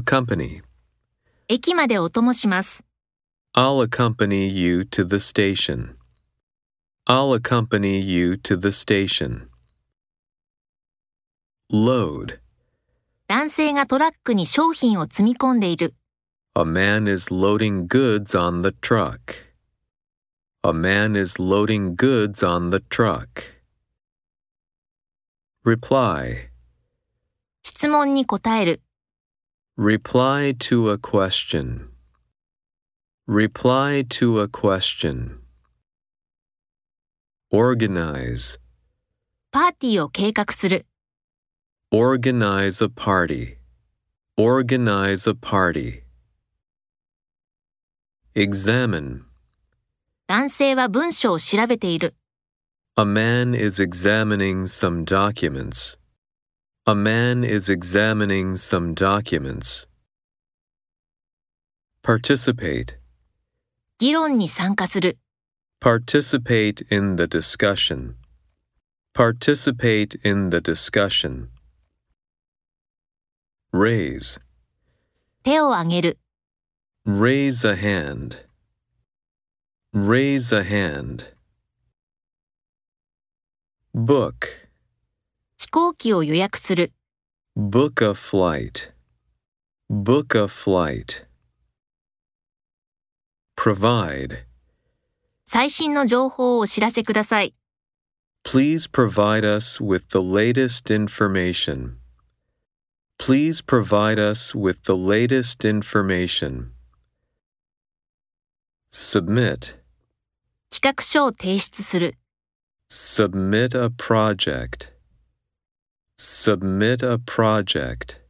Accompany. 駅までお供します。 I'll accompany you to the station. I'll accompany you to the station. Load. 男性がトラックに商品を積み込んでいる。 A man is loading goods on the truck. A man is loading goods on the truck. Reply. 質問に答える。 Reply to a question. Reply to a question. Organize. パーティーを計画する。 Organize a party. Organize a party. Examine. 男性は文章を調べている。 A man is examining some documents. A man is examining some documents. Participate. 議論に参加する。 Participate in the discussion. Participate in the discussion. Raise. 手を挙げる。 Raise a hand. Raise a hand. Book. 飛行機を予約する。 Book a flight. Book a flight. Provide. 最新の情報をお知らせください。 Please provide us with the latest information. Please provide us with the latest information. Submit. 企画書を提出する。 Submit a project. Submit a project.